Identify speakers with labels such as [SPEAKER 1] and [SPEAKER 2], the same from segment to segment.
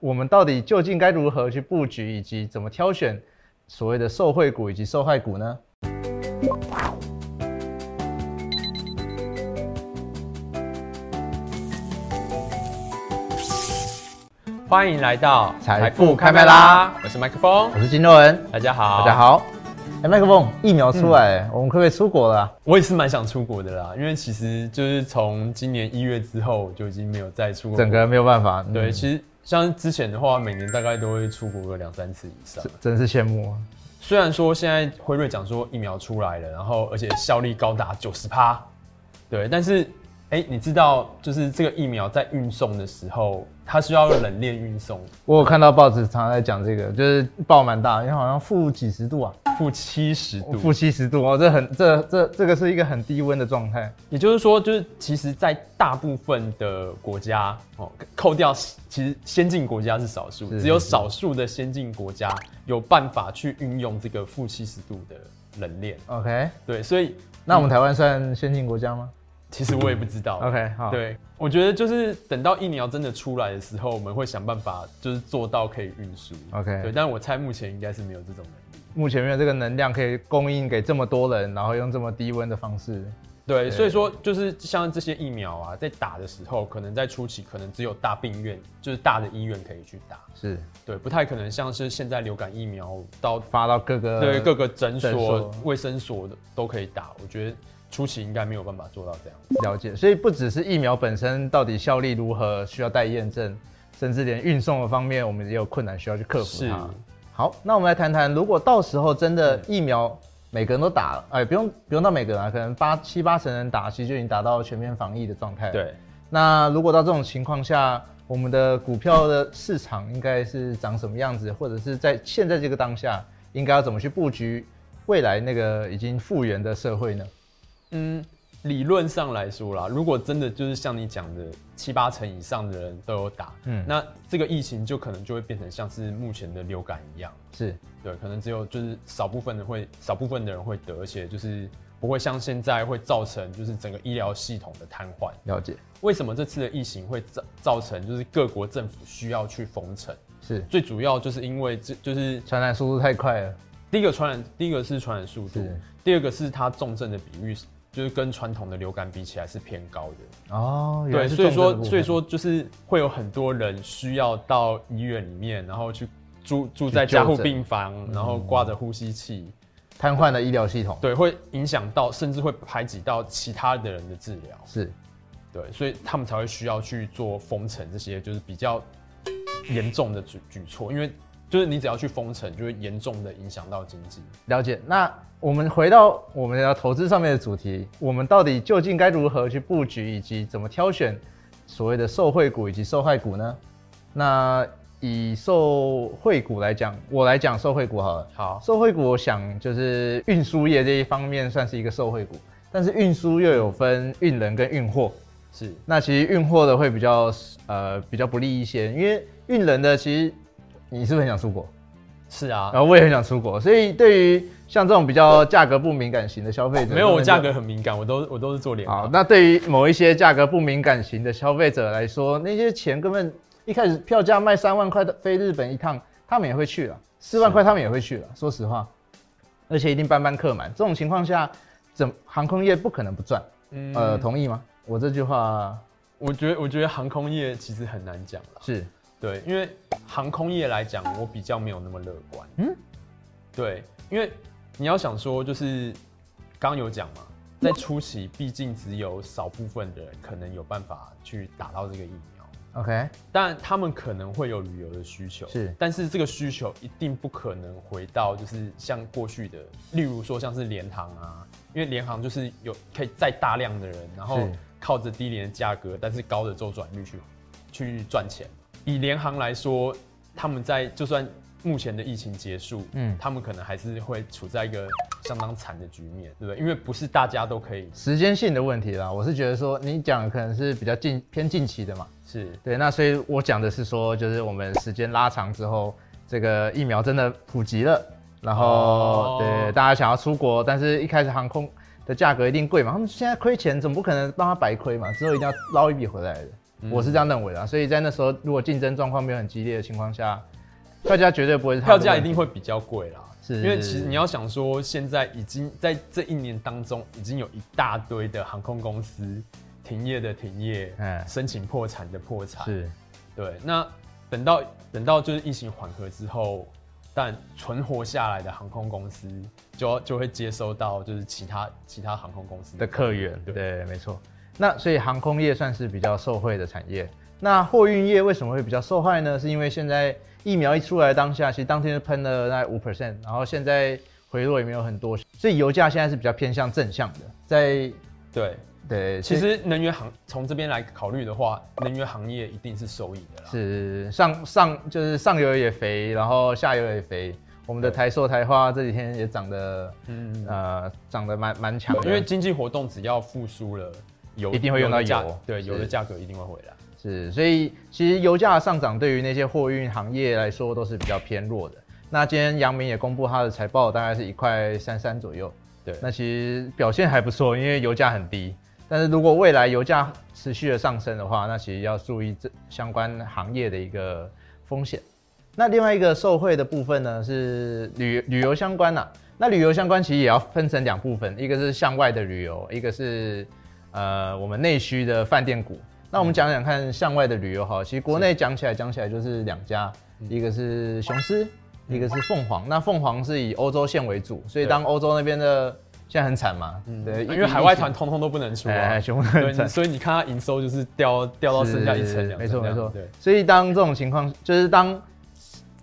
[SPEAKER 1] 我们到底究竟该如何去布局，以及怎么挑选所谓的受惠股以及受害股呢？
[SPEAKER 2] 欢迎来到
[SPEAKER 1] 财富开麦啦！
[SPEAKER 2] 我是麦克风
[SPEAKER 1] 我，是金肉人，
[SPEAKER 2] 大家好，
[SPEAKER 1] 大家。好。哎，麦克风，疫苗出来，我们可不可以出国了啊？
[SPEAKER 2] 我也是蛮想出国的啦，因为其实就是从今年一月之后就已经没有再出国。
[SPEAKER 1] 整个没有办法，
[SPEAKER 2] 对，
[SPEAKER 1] 嗯
[SPEAKER 2] 其实像之前的话，每年大概都会出国个两三次以上。
[SPEAKER 1] 真是羡慕啊。
[SPEAKER 2] 虽然说现在辉瑞讲说疫苗出来了，然后而且效力高达九十趴，对，但是哎、你知道就是这个疫苗在运送的时候，它需要冷链运送，
[SPEAKER 1] 我有看到报纸常常在讲这个，就是爆蛮大，因为好像负几十度啊，
[SPEAKER 2] 负七十度，
[SPEAKER 1] 负七十度哦，这很这这这个是一个很低温的状态。
[SPEAKER 2] 也就是说，就是其实，在大部分的国家哦，扣掉其实先进国家是少数，
[SPEAKER 1] 是
[SPEAKER 2] 只有少数的先进国家有办法去运用这个负七十度的冷链。
[SPEAKER 1] OK，
[SPEAKER 2] 对，所以
[SPEAKER 1] 那我们台湾算先进国家吗
[SPEAKER 2] 其实我也不知道。
[SPEAKER 1] ？OK，好，，
[SPEAKER 2] 对，我觉得就是等到疫苗真的出来的时候，我们会想办法，就是做到可以运输。
[SPEAKER 1] OK
[SPEAKER 2] 对，但我猜目前应该是没有这种能力。
[SPEAKER 1] 目前没有这个能量可以供应给这么多人，然后用这么低温的方式。
[SPEAKER 2] 对，所以说就是像这些疫苗啊，在打的时候，可能在初期可能只有大病院，就是大的医院可以去打。
[SPEAKER 1] 是
[SPEAKER 2] 对，不太可能像是现在流感疫苗到
[SPEAKER 1] 发到各个
[SPEAKER 2] 对各个呃诊
[SPEAKER 1] 诊
[SPEAKER 2] 所
[SPEAKER 1] 所、
[SPEAKER 2] 卫生所的都可以打，我觉得初期应该没有办法做到这样。
[SPEAKER 1] 了解，所以不只是疫苗本身到底效力如何需要待验证，甚至连运送的方面我们也有困难需要去克服它
[SPEAKER 2] 是。嗯
[SPEAKER 1] 好，那我们来谈谈，如果到时候真的疫苗每个人都打了，哎、不用不用到每个人啊，可能八七八成人打，其实就已经达到全面防疫的状态。，
[SPEAKER 2] 对，
[SPEAKER 1] 那如果到这种情况下，我们的股票的市场应该是长什么样子，或者是在现在这个当下应该要怎么去布局未来那个已经复原的社会呢？
[SPEAKER 2] 嗯，理论上来说啦，如果真的就是像你讲的，七八成以上的人都有打，
[SPEAKER 1] 嗯
[SPEAKER 2] 嗯，那这个疫情就可能就会变成像是目前的流感一样，
[SPEAKER 1] 是
[SPEAKER 2] 对，可能只有就是少部分的会少部分的人会得，而且就是不会像现在会造成就是整个医疗系统的瘫痪。
[SPEAKER 1] 了解，
[SPEAKER 2] 为什么这次的疫情会造造成就是各国政府需要去封城？
[SPEAKER 1] 是。
[SPEAKER 2] 最主要就是因为这就是
[SPEAKER 1] 传染速度太快了，
[SPEAKER 2] 第一个传染，第一个是传染速度
[SPEAKER 1] 是，
[SPEAKER 2] 第二个是它重症的比率，就是跟传统的流感比起来是偏高的。
[SPEAKER 1] 哦，原来
[SPEAKER 2] 对，
[SPEAKER 1] 是
[SPEAKER 2] 所以
[SPEAKER 1] 重症的部分
[SPEAKER 2] 说所以说就是会有很多人需要到医院里面，然后去住住在
[SPEAKER 1] 去就
[SPEAKER 2] 加护
[SPEAKER 1] 诊
[SPEAKER 2] 病房，
[SPEAKER 1] 嗯
[SPEAKER 2] 然后挂着呼吸器，
[SPEAKER 1] 瘫痪的医疗系统
[SPEAKER 2] 对，会影响到甚至会排挤到其他的人的治疗。
[SPEAKER 1] 是
[SPEAKER 2] 对，所以他们才会需要去做封城这些就是比较严重的举举措，因为就是你只要去封城，就会严重的影响到经济。
[SPEAKER 1] 了解。那我们回到我们的投资上面的主题，我们到底究竟该如何去布局，以及怎么挑选所谓的受惠股以及受害股呢？那以受惠股来讲，我来讲受惠股好了。
[SPEAKER 2] 好，
[SPEAKER 1] 受惠股，我想就是运输业这一方面算是一个受惠股，但是运输又有分运人跟运货。
[SPEAKER 2] 是
[SPEAKER 1] 那其实运货的会比较呃比较不利一些，因为运人的其实你是不是很想出国？
[SPEAKER 2] 是啊，
[SPEAKER 1] 然后我也很想出国，所以对于像这种比较价格不敏感型的消费者，
[SPEAKER 2] 没有我价
[SPEAKER 1] 他们
[SPEAKER 2] 格很敏感，我都我都是
[SPEAKER 1] 就
[SPEAKER 2] 做脸
[SPEAKER 1] 好。
[SPEAKER 2] 盲。
[SPEAKER 1] 那对于某一些价格不敏感型的消费者来说，那些钱根本一开始票价卖三万块的飞日本一趟，他们也会去了，四万块他们也会去了。说实话，而且一定班班客满。这种情况下，怎航空业不可能不赚？
[SPEAKER 2] 嗯，
[SPEAKER 1] 呃，同意吗？我这句话
[SPEAKER 2] 我觉得我觉得航空业其实很难讲啦。
[SPEAKER 1] 是
[SPEAKER 2] 对，因为航空业来讲，我比较没有那么乐观。
[SPEAKER 1] 嗯
[SPEAKER 2] 嗯，对，因为你要想说，就是刚刚有讲嘛，在初期，毕竟只有少部分的人可能有办法去打到这个疫苗，
[SPEAKER 1] OK，
[SPEAKER 2] 但他们可能会有旅游的需求，
[SPEAKER 1] 是
[SPEAKER 2] 但是这个需求一定不可能回到就是像过去的，例如说像是联航啊，因为联航就是有可以载大量的人，然后
[SPEAKER 1] 是
[SPEAKER 2] 靠着低廉的价格，但是高的周转率去去赚钱。以联航来说，他们在就算目前的疫情结束，
[SPEAKER 1] 嗯
[SPEAKER 2] 嗯，他们可能还是会处在一个相当惨的局面，对不对？因为不是大家都可以
[SPEAKER 1] 时间性的问题啦。我是觉得说，你讲的可能是比较近偏近期的嘛。
[SPEAKER 2] 是
[SPEAKER 1] 对，那所以我讲的是说，就是我们时间拉长之后，这个疫苗真的普及了，然后、
[SPEAKER 2] 哦
[SPEAKER 1] 对大家想要出国，但是一开始航空的价格一定贵嘛，他们现在亏钱，总不可能帮他白亏嘛，之后一定要捞一笔回来的。
[SPEAKER 2] 嗯
[SPEAKER 1] 我是这样认为的啊、所以在那时候，如果竞争状况没有很激烈的情况下，票价绝对不会是他
[SPEAKER 2] 票
[SPEAKER 1] 的
[SPEAKER 2] 价
[SPEAKER 1] 问
[SPEAKER 2] 一
[SPEAKER 1] 题
[SPEAKER 2] 定会比较贵啦，
[SPEAKER 1] 是
[SPEAKER 2] 因为其实你要想说，现在已经在这一年当中，已经有一大堆的航空公司停业的停业，
[SPEAKER 1] 嗯
[SPEAKER 2] 申请破产的破产，
[SPEAKER 1] 是
[SPEAKER 2] 对。那等到等到就是疫情缓和之后，但存活下来的航空公司就要就会接收到就是其他其他航空公司
[SPEAKER 1] 的客源，
[SPEAKER 2] 对
[SPEAKER 1] 对，没错。那所以航空业算是比较受惠的产业。那货运业为什么会比较受害呢？是因为现在疫苗一出来当下，其实当天就喷了大概五 percent，然后现在回落也没有很多，所以油价现在是比较偏向正向的。在
[SPEAKER 2] 对。
[SPEAKER 1] 对，
[SPEAKER 2] 其实能源行从这边来考虑的话，能源行业一定是受益的啦。
[SPEAKER 1] 是上上就是上游也肥，然后下游也肥。我们的台塑、台化这几天也涨得，
[SPEAKER 2] 嗯
[SPEAKER 1] 呃，涨得蛮蛮强的，
[SPEAKER 2] 因为经济活动只要复苏了，油
[SPEAKER 1] 啊一定会用到
[SPEAKER 2] 的价
[SPEAKER 1] 油
[SPEAKER 2] 对，
[SPEAKER 1] 是
[SPEAKER 2] 油的价格一定会回来。
[SPEAKER 1] 是，所以其实油价的上涨对于那些货运行业来说都是比较偏弱的。那今天阳明也公布它的财报，大概是一块三三左右。
[SPEAKER 2] 对，
[SPEAKER 1] 那其实表现还不错，因为油价很低。但是如果未来油价持续的上升的话，那其实要注意这相关行业的一个风险。那另外一个受惠的部分呢是旅旅游相关呐、那旅游相关其实也要分成两部分，一个是向外的旅游，一个是呃我们内需的饭店股。那我们讲讲看向外的旅游好了，其实国内讲起来讲起来就是两家，
[SPEAKER 2] 嗯
[SPEAKER 1] 一个是雄狮，一个是凤凰。那凤凰是以欧洲线为主，所以
[SPEAKER 2] 对
[SPEAKER 1] 当欧洲那边的现在很惨嘛，对，
[SPEAKER 2] 嗯啊因为海外团通通都不能出
[SPEAKER 1] 哎
[SPEAKER 2] 啊，
[SPEAKER 1] 熊很
[SPEAKER 2] 对，
[SPEAKER 1] 惨
[SPEAKER 2] 你所以你看它营收就是掉掉到剩下一层两层
[SPEAKER 1] 没错
[SPEAKER 2] 这
[SPEAKER 1] 没
[SPEAKER 2] 样
[SPEAKER 1] 错
[SPEAKER 2] 对，。
[SPEAKER 1] 所以当这种情况，就是当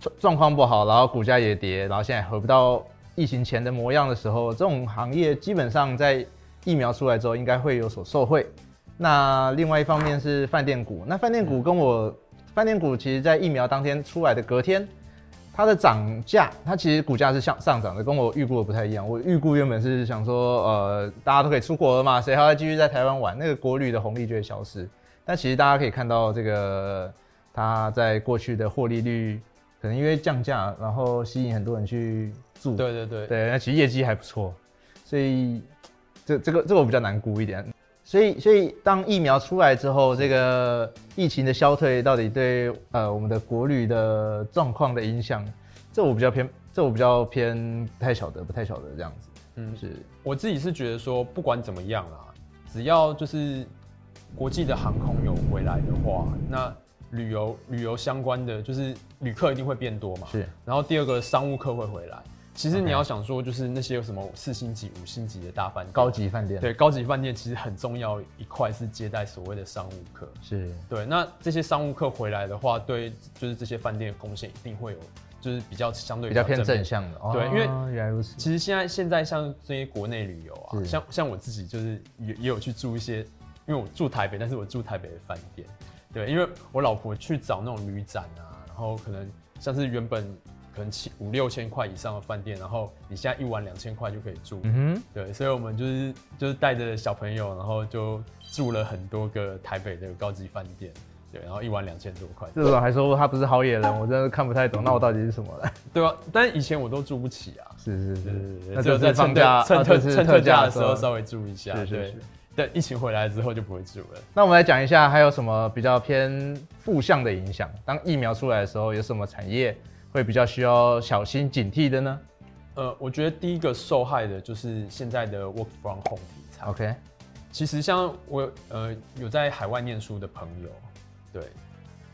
[SPEAKER 1] 状状况不好，然后股价也跌，然后现在回不到疫情前的模样的时候，这种行业基本上在疫苗出来之后，应该会有所受惠。那另外一方面是饭店股，那饭店股跟我饭店股其实在疫苗当天出来的隔天，它的涨价，它其实股价是向上涨的，跟我预估的不太一样。我预估原本是想说，呃，大家都可以出国了嘛，谁还要继续在台湾玩？那个国旅的红利就会消失。但其实大家可以看到，这个它在过去的获利率，可能因为降价，然后吸引很多人去住，
[SPEAKER 2] 对对对，
[SPEAKER 1] 对，那其实业绩还不错，所以这这个这个我比较难估一点。所以所以当疫苗出来之后，这个疫情的消退到底对呃我们的国旅的状况的影响，这我比较偏，这我比较偏不太晓得，不太晓得这样子。
[SPEAKER 2] 嗯
[SPEAKER 1] 是
[SPEAKER 2] 我自己是觉得说，不管怎么样啦，只要就是国际的航空有回来的话，那旅游旅游相关的就是旅客一定会变多嘛。
[SPEAKER 1] 是。
[SPEAKER 2] 然后第二个商务客会回来。其实
[SPEAKER 1] OK
[SPEAKER 2] 你要想说，就是那些有什么四星级、五星级的大饭店
[SPEAKER 1] 高级饭店，，
[SPEAKER 2] 对高级饭店，其实很重要一块是接待所谓的商务客。
[SPEAKER 1] 是
[SPEAKER 2] 对，那这些商务客回来的话，对就是这些饭店的贡献一定会有，就是比较相对
[SPEAKER 1] 比较偏
[SPEAKER 2] 面
[SPEAKER 1] 正向的。
[SPEAKER 2] 对因为
[SPEAKER 1] 哦原来如此，
[SPEAKER 2] 其实现在现在像这些国内旅游啊，
[SPEAKER 1] 是
[SPEAKER 2] 像像我自己就是也也有去住一些，因为我住台北，但是我住台北的饭店，对，因为我老婆去找那种旅展啊，然后可能像是原本可能七五六千块以上的饭店，然后你现在一晚两千块就可以住，
[SPEAKER 1] 嗯哼，
[SPEAKER 2] 对，所以我们就是就是带着小朋友，然后就住了很多个台北的高级饭店，对，然后一晚两千多块，
[SPEAKER 1] 这种还说他不是好野人，我真的看不太懂，那我到底是什么了？
[SPEAKER 2] 对啊，但以前我都住不起啊，
[SPEAKER 1] 是是
[SPEAKER 2] 对对对
[SPEAKER 1] 是，
[SPEAKER 2] 对
[SPEAKER 1] 那
[SPEAKER 2] 只有
[SPEAKER 1] 这
[SPEAKER 2] 在
[SPEAKER 1] 次
[SPEAKER 2] 趁
[SPEAKER 1] 放
[SPEAKER 2] 特
[SPEAKER 1] 假
[SPEAKER 2] 趁
[SPEAKER 1] 啊
[SPEAKER 2] 特
[SPEAKER 1] 这次
[SPEAKER 2] 趁特价的时候稍
[SPEAKER 1] 微
[SPEAKER 2] 微注意一下，
[SPEAKER 1] 啊是是
[SPEAKER 2] 对
[SPEAKER 1] 是。
[SPEAKER 2] 等疫情回来之后就不会住了。
[SPEAKER 1] 那我们来讲一下，还有什么比较偏负向的影响？当疫苗出来的时候，有什么产业会比较需要小心警惕的呢
[SPEAKER 2] 呃，我觉得第一个受害的就是现在的 work from home 题材。
[SPEAKER 1] ？OK，
[SPEAKER 2] 其实像我呃有在海外念书的朋友，对，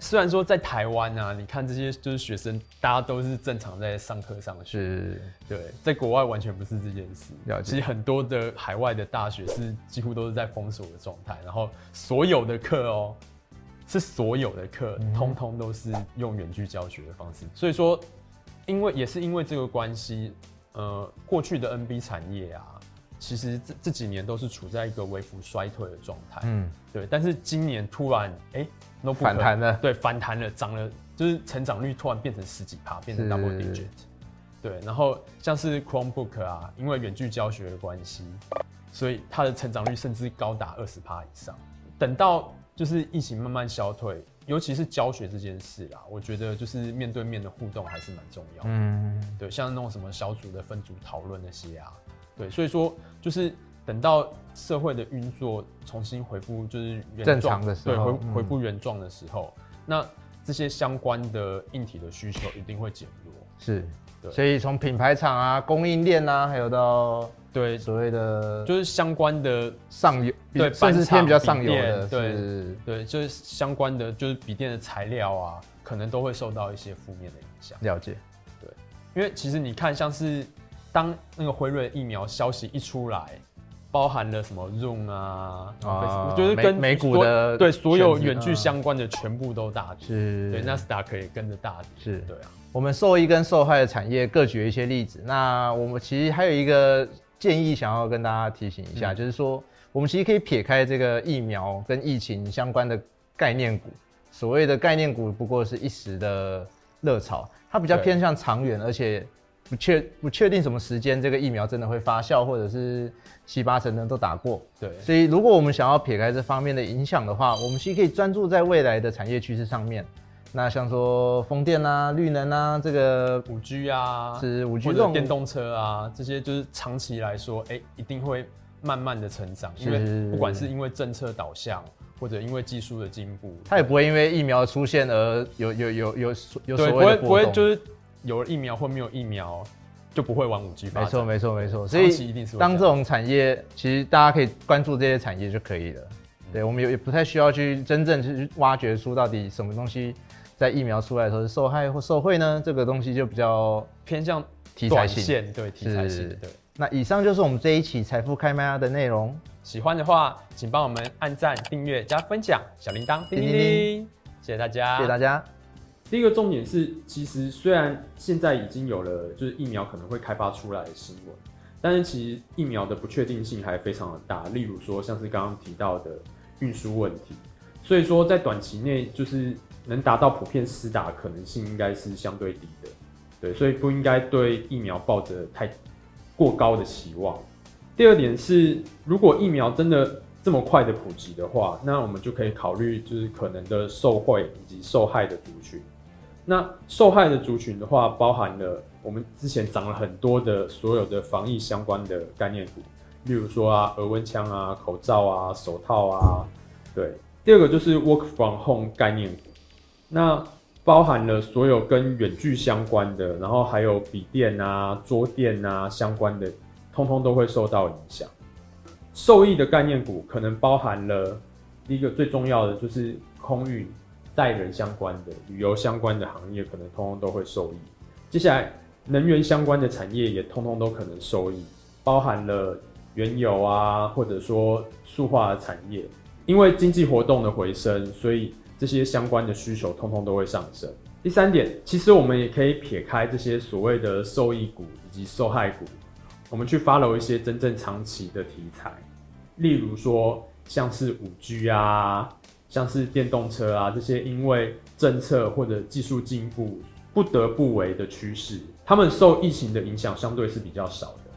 [SPEAKER 2] 虽然说在台湾啊，你看这些就是学生，大家都是正常在上课上学，
[SPEAKER 1] 是
[SPEAKER 2] 对，在国外完全不是这件事。
[SPEAKER 1] 了解
[SPEAKER 2] 其实很多的海外的大学是几乎都是在封锁的状态，然后所有的课哦、是所有的课、
[SPEAKER 1] 嗯
[SPEAKER 2] 通通都是用远距教学的方式。所以说，因为也是因为这个关系，呃，过去的 NB 产业啊，其实这这几年都是处在一个微幅衰退的状态。
[SPEAKER 1] 嗯，
[SPEAKER 2] 对，但是今年突然哎、n o
[SPEAKER 1] 反弹了
[SPEAKER 2] 对，反弹了，涨了，就是成长率突然变成十几趴，变成
[SPEAKER 1] 是
[SPEAKER 2] double digit。对，然后像是 Chromebook 啊，因为远距教学的关系，所以它的成长率甚至高达二十趴以上。等到就是疫情慢慢消退，尤其是教学这件事啦，我觉得就是面对面的互动还是蛮重要的。
[SPEAKER 1] 嗯，
[SPEAKER 2] 对，像那种什么小组的分组讨论那些啊，对，所以说就是等到社会的运作重新恢复就是原
[SPEAKER 1] 正
[SPEAKER 2] 状
[SPEAKER 1] 常的时候
[SPEAKER 2] 对，
[SPEAKER 1] 嗯
[SPEAKER 2] 恢恢复原状的时候，那这些相关的硬体的需求一定会减弱。
[SPEAKER 1] 是，
[SPEAKER 2] 对
[SPEAKER 1] 所以从品牌厂啊、供应链啊，还有到
[SPEAKER 2] 对，
[SPEAKER 1] 所谓的
[SPEAKER 2] 就是相关的
[SPEAKER 1] 上游，比
[SPEAKER 2] 对
[SPEAKER 1] 甚至
[SPEAKER 2] 板厂
[SPEAKER 1] 偏比较上游
[SPEAKER 2] 笔电
[SPEAKER 1] 的，
[SPEAKER 2] 对
[SPEAKER 1] 是
[SPEAKER 2] 对，就是相关的就是笔电的材料啊，可能都会受到一些负面的影响。
[SPEAKER 1] 了解，
[SPEAKER 2] 因为其实你看，像是当那个辉瑞疫苗消息一出来，包含了什么 Zoom 啊，
[SPEAKER 1] 啊
[SPEAKER 2] 就是跟
[SPEAKER 1] 美美股
[SPEAKER 2] 所
[SPEAKER 1] 的
[SPEAKER 2] 对所有
[SPEAKER 1] 全指
[SPEAKER 2] 远距
[SPEAKER 1] 嗯
[SPEAKER 2] 相关的全部都大跌，
[SPEAKER 1] 是
[SPEAKER 2] 对，纳斯达克也跟着大跌，
[SPEAKER 1] 是
[SPEAKER 2] 对啊，
[SPEAKER 1] 我们受益跟受害的产业各举了一些例子。那我们其实还有一个建议想要跟大家提醒一下，
[SPEAKER 2] 嗯
[SPEAKER 1] 就是说我们其实可以撇开这个疫苗跟疫情相关的概念股，所谓的概念股不过是一时的热潮，它比较
[SPEAKER 2] 对
[SPEAKER 1] 偏向长远，而且。不确不确定什么时间这个疫苗真的会发酵，或者是七八成的都打过，
[SPEAKER 2] 对，
[SPEAKER 1] 所以，如果我们想要撇开这方面的影响的话，我们其实可以专注在未来的产业趋势上面。那像说风电啊、绿能啊，这个
[SPEAKER 2] 五 G 啊，
[SPEAKER 1] 是5G
[SPEAKER 2] 或
[SPEAKER 1] 这
[SPEAKER 2] 者
[SPEAKER 1] 种
[SPEAKER 2] 电动车啊，这些就是长期来说，哎、一定会慢慢的成长，因
[SPEAKER 1] 是
[SPEAKER 2] 为不管是因为政策导向，或者因为技术的进步，
[SPEAKER 1] 它也不会因为疫苗出现而有有有有有所
[SPEAKER 2] 对，不
[SPEAKER 1] 谓
[SPEAKER 2] 会
[SPEAKER 1] 的
[SPEAKER 2] 不
[SPEAKER 1] 波
[SPEAKER 2] 会
[SPEAKER 1] 动。
[SPEAKER 2] 就是有了疫苗或没有疫苗就不会往五 G 发
[SPEAKER 1] 没
[SPEAKER 2] 展，
[SPEAKER 1] 错，没错，没错。所
[SPEAKER 2] 长期一
[SPEAKER 1] 以
[SPEAKER 2] 定是会
[SPEAKER 1] 当
[SPEAKER 2] 样
[SPEAKER 1] 这种产业，其实大家可以关注这些产业就可以了。对我们也也不太需要去真正去挖掘出到底什么东西在疫苗出来的时候是受害或受惠呢？这个东西就比较
[SPEAKER 2] 偏向
[SPEAKER 1] 题材
[SPEAKER 2] 短
[SPEAKER 1] 性
[SPEAKER 2] 线，对题材
[SPEAKER 1] 是
[SPEAKER 2] 性，对。
[SPEAKER 1] 那以上就是我们这一期财富开麦拉的内容。
[SPEAKER 2] 喜欢的话，请帮我们按赞、订阅、加分享，小铃铛叮
[SPEAKER 1] 叮
[SPEAKER 2] 叮
[SPEAKER 1] 叮
[SPEAKER 2] 叮，谢谢大家，
[SPEAKER 1] 谢谢大家。
[SPEAKER 2] 第一个重点是，其实虽然现在已经有了就是疫苗可能会开发出来的新闻，但是其实疫苗的不确定性还非常的大。例如说像是刚刚提到的运输问题，所以说在短期内就是能达到普遍施打的可能性应该是相对低的，对，所以不应该对疫苗抱着太过高的期望。第二点是，如果疫苗真的这么快的普及的话，那我们就可以考虑就是可能的受惠以及受害的族群。那受害的族群的话，包含了我们之前涨了很多的所有的防疫相关的概念股，例如说啊，额温枪啊、口罩啊、手套啊，对。第二个就是 work from home 概念股，那包含了所有跟远距相关的，然后还有笔电啊、桌垫啊相关的，通通都会受到影响。受益的概念股可能包含了第一个最重要的就是空运、载人相关的、旅游相关的行业，可能通通都会受益。接下来，能源相关的产业也通通都可能受益，包含了原油啊，或者说塑化的产业。因为经济活动的回升，所以这些相关的需求通通都会上升。第三点，其实我们也可以撇开这些所谓的受益股以及受害股，我们去 follow 一些真正长期的题材，例如说像是五 G 啊，像是电动车啊这些，因为政策或者技术进步不得不为的趋势，他们受疫情的影响相对是比较少的。